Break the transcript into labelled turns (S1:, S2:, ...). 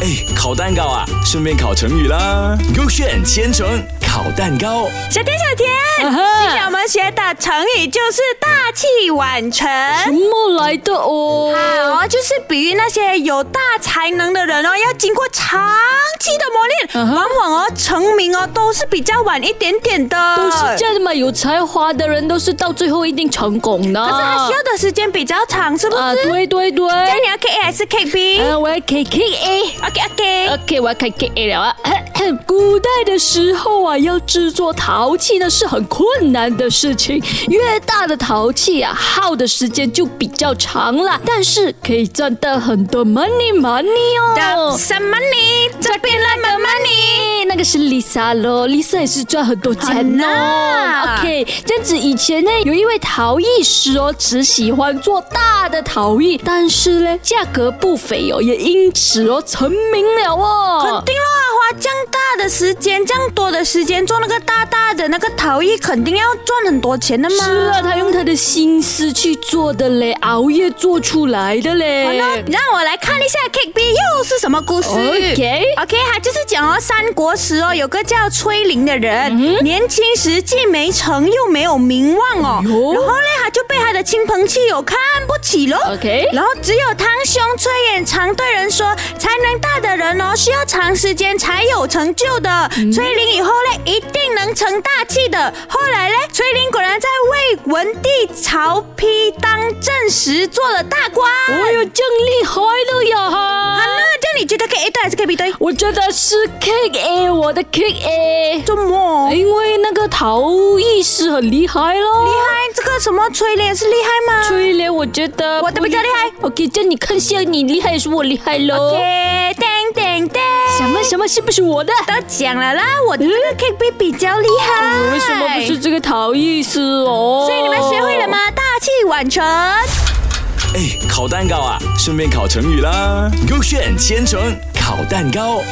S1: 哎，烤蛋糕啊，顺便烤成语啦。勾选千层烤蛋糕，
S2: 小田，小田，
S3: 啊
S2: 今天我
S3: 哈，
S2: 们学的成语就是大器晚成。
S3: 什么来的哦？
S2: 好，啊就是比喻那些有大才能的人哦，要经过长期的磨练，
S3: 嗯哼
S2: 往往哦成名哦都是比较晚一点点的。
S3: 都是这样的嘛，有才华的人都是到最后一定成功的。
S2: 可是他需要的时间比较长，是不是？
S3: 啊，对对对。
S2: 那你要 K A 还是 K B？
S3: 啊，我要 K K A。
S2: OK OK，
S3: OK，我要开 K A 了啊！ 古代的时候啊，要制作陶器呢是很困难的事情，越大的陶器啊，耗的时间就比较长了，但是可以赚到很多 money money 哦。
S2: 什么你这边来慢慢你。
S3: 哎那个是 Lisa 咯，Lisa 也是赚很多钱
S2: 很啊
S3: 哦。OK，这样子以前呢，有一位陶艺师哦，只喜欢做大的陶艺，但是呢，价格不菲哦，也因此哦成名了哦
S2: 肯。定啦，花这样大的时间，这样多的时间做那个大大的那个陶艺，肯定要赚很多钱的嘛。
S3: 是啊，他用他的心思去做的嘞，熬夜做出来的
S2: 好
S3: 嘞。
S2: 了，让我来看一下 K B 又是什么故事。
S3: OK
S2: OK，它就是讲哦，三国时哦，有个叫崔龄的人，
S3: 嗯
S2: 年轻时既没成又没有名望哦，
S3: 哎呦
S2: 然后呢，他就被他的亲朋戚友看不起喽。
S3: OK，
S2: 然后只有堂兄崔琰常对人说，才能大的人哦，需要长时间才有成就的。
S3: 嗯
S2: 崔龄以后呢，一定能成大器的。后来呢，崔龄果然在魏文帝曹丕当政时做了大官。
S3: 哎呦，真厉害了呀
S2: 啊，
S3: 哈！
S2: 那这样你觉得 K A 对还是 K B 对？
S3: 我觉得是 Cake A，我的 Cake A。
S2: 怎么？厉
S3: 因为那个陶艺师很厉害咯。
S2: 害？这个什么崔琰是厉害吗？
S3: 所以呢，我觉得
S2: 我的比较厉害。
S3: OK，这样你看像你厉害还是我厉害喽？
S2: 耶，叮叮叮，
S3: 什么什么是不是我的？
S2: 都讲了啦，我的这个 K B 比较厉害。
S3: 哦为什么不是？这个陶艺师哦？
S2: 所以你们学会了？吗？大器晚成。
S1: 哎，烤蛋糕啊，顺便烤成语啦。勾选千层烤蛋糕。